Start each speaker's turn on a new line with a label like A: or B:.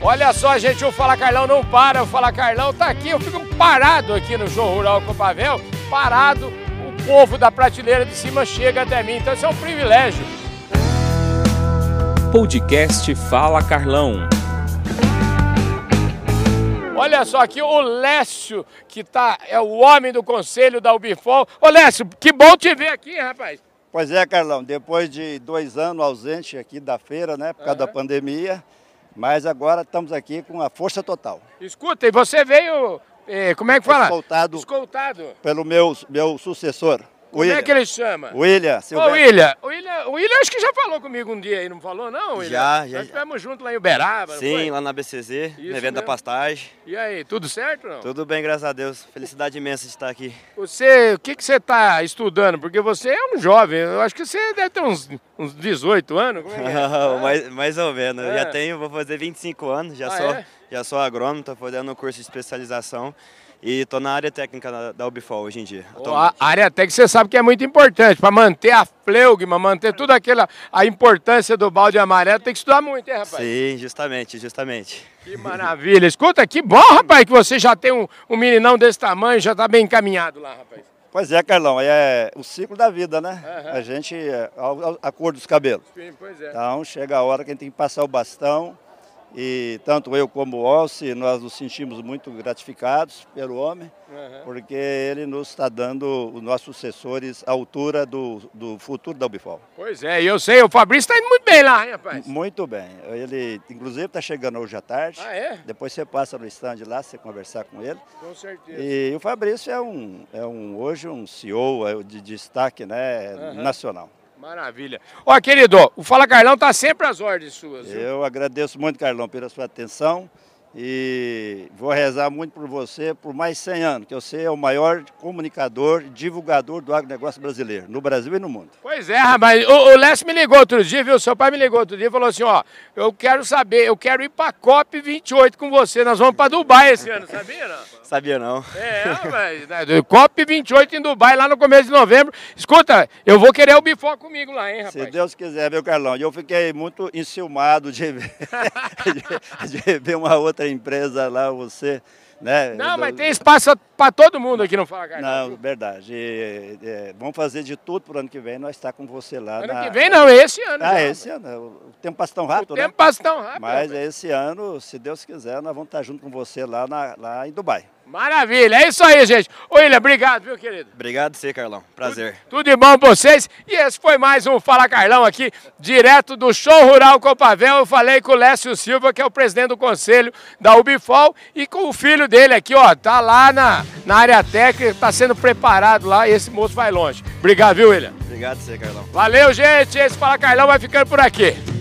A: Olha só, gente, o Fala Carlão não para, o Fala Carlão tá aqui, eu fico parado aqui no show rural com o Pavel, parado, o povo da prateleira de cima chega até mim, então isso é um privilégio.
B: Podcast Fala Carlão.
A: Olha só aqui o Lécio, que tá, é o homem do conselho da Ubifol. Ô Lécio, que bom te ver aqui, rapaz.
C: Pois é, Carlão, depois de dois anos ausente aqui da feira, né, por causa
A: É.
C: da pandemia, mas agora estamos aqui com a força total.
A: Escuta, e você veio, eh, como é que fala?
C: Escoltado.
A: Escoltado.
C: Pelo meu, meu sucessor,
A: Como
C: William.
A: é que ele chama?
C: William,
A: Ô, William, o William, o William acho que já falou comigo um dia aí, não falou não, William?
D: Já, já,
A: Nós
D: já.
A: estivemos juntos lá em Uberaba, não
D: Sim,
A: foi?
D: lá na BCZ,
A: Isso
D: no evento da
A: mesmo.
D: pastagem.
A: E aí, tudo certo não?
D: Tudo bem, graças a Deus. Felicidade imensa de estar aqui.
A: Você, o que, que você está estudando? Porque você é um jovem, eu acho que você deve ter uns, uns 18 anos. Como é que é?
D: mais, mais ou menos. Eu
A: É.
D: Já tenho, vou fazer 25 anos, já,
A: Ah,
D: sou,
A: é?
D: já sou agrônomo, estou fazendo um curso de especialização e estou na área técnica da, da Ubifol hoje em dia.
A: Ó, A área até que você sabe que é muito importante, para manter a fleugma, manter toda aquela a importância do balde amarelo, tem que estudar muito, hein, rapaz?
D: Sim, justamente, justamente.
A: Que maravilha. Escuta, que bom, rapaz, que você já tem um, um meninão desse tamanho, já está bem encaminhado lá, rapaz.
C: Pois é, Carlão, é o ciclo da vida, né? A gente, é, ao- ao- a cor dos cabelos.
A: Sim, pois
D: Tá.
A: é.
C: Então chega a hora que a gente tem que passar o bastão e tanto eu como o Alce, nós nos sentimos muito gratificados pelo homem, porque ele nos está dando, os nossos sucessores, a altura do, do futuro da Ubifol.
A: Pois é, e eu sei, o Fabrício está indo muito bem lá, hein, rapaz?
C: Muito bem. Ele, inclusive, está chegando hoje à tarde.
A: Ah, é?
C: Depois você passa no stand lá, você conversar com ele.
A: Com certeza.
C: E o Fabrício é um, é um hoje um CEO é de destaque né, nacional.
A: Maravilha. Ó, querido, o Fala Carlão tá sempre às ordens suas.
D: É.
A: viu?
C: Eu agradeço muito, Carlão, pela sua atenção e vou rezar muito por você por mais 100 anos, que você é o maior comunicador, divulgador do agronegócio brasileiro, no Brasil e no mundo.
A: Pois é, rapaz. O, o Lécio me ligou outro dia, viu? Seu pai me ligou outro dia e falou assim: ó, eu quero saber, eu quero ir pra COP 28 com você. Nós vamos pra Dubai esse ano, sabia? Não?
D: Sabia não?
A: É, rapaz. né, do- COP 28 em Dubai, lá no começo de novembro. Escuta, eu vou querer o bifó comigo lá, hein,
C: Se
A: rapaz?
C: Deus quiser, meu Carlão. E eu fiquei muito enciumado de ver, de- de ver uma outra empresa lá, você, né?
A: Não,
C: do-
A: mas tem espaço pra todo mundo aqui no Fala Carlão.
C: Não,
A: Não,
C: verdade. E, é, vamos fazer de tudo para o ano que vem, nós estar com você lá.
A: ano
C: na-
A: que vem não, é esse ano.
C: Ah,
A: já,
C: é esse ano. O tempo passa tão rápido,
A: O
C: né?
A: tempo passa tão rápido.
C: Mas
A: rapaz.
C: é esse ano, se Deus quiser, nós vamos estar junto com você lá, na- lá em Dubai.
A: Maravilha, é isso aí, gente. Ô, William, obrigado, viu, querido?
D: Obrigado você, Carlão. Prazer.
A: Tudo de bom pra vocês? E esse foi mais um Fala Carlão aqui, direto do Show Rural Copavel. Eu falei com o Lécio Silva, que é o presidente do conselho da Ubifol, e com o filho dele aqui, ó, tá lá na, na área técnica, tá sendo preparado lá, e esse moço vai longe. Obrigado, viu, William?
D: Obrigado você, Carlão.
A: Valeu, gente. Esse Fala Carlão vai ficando por aqui.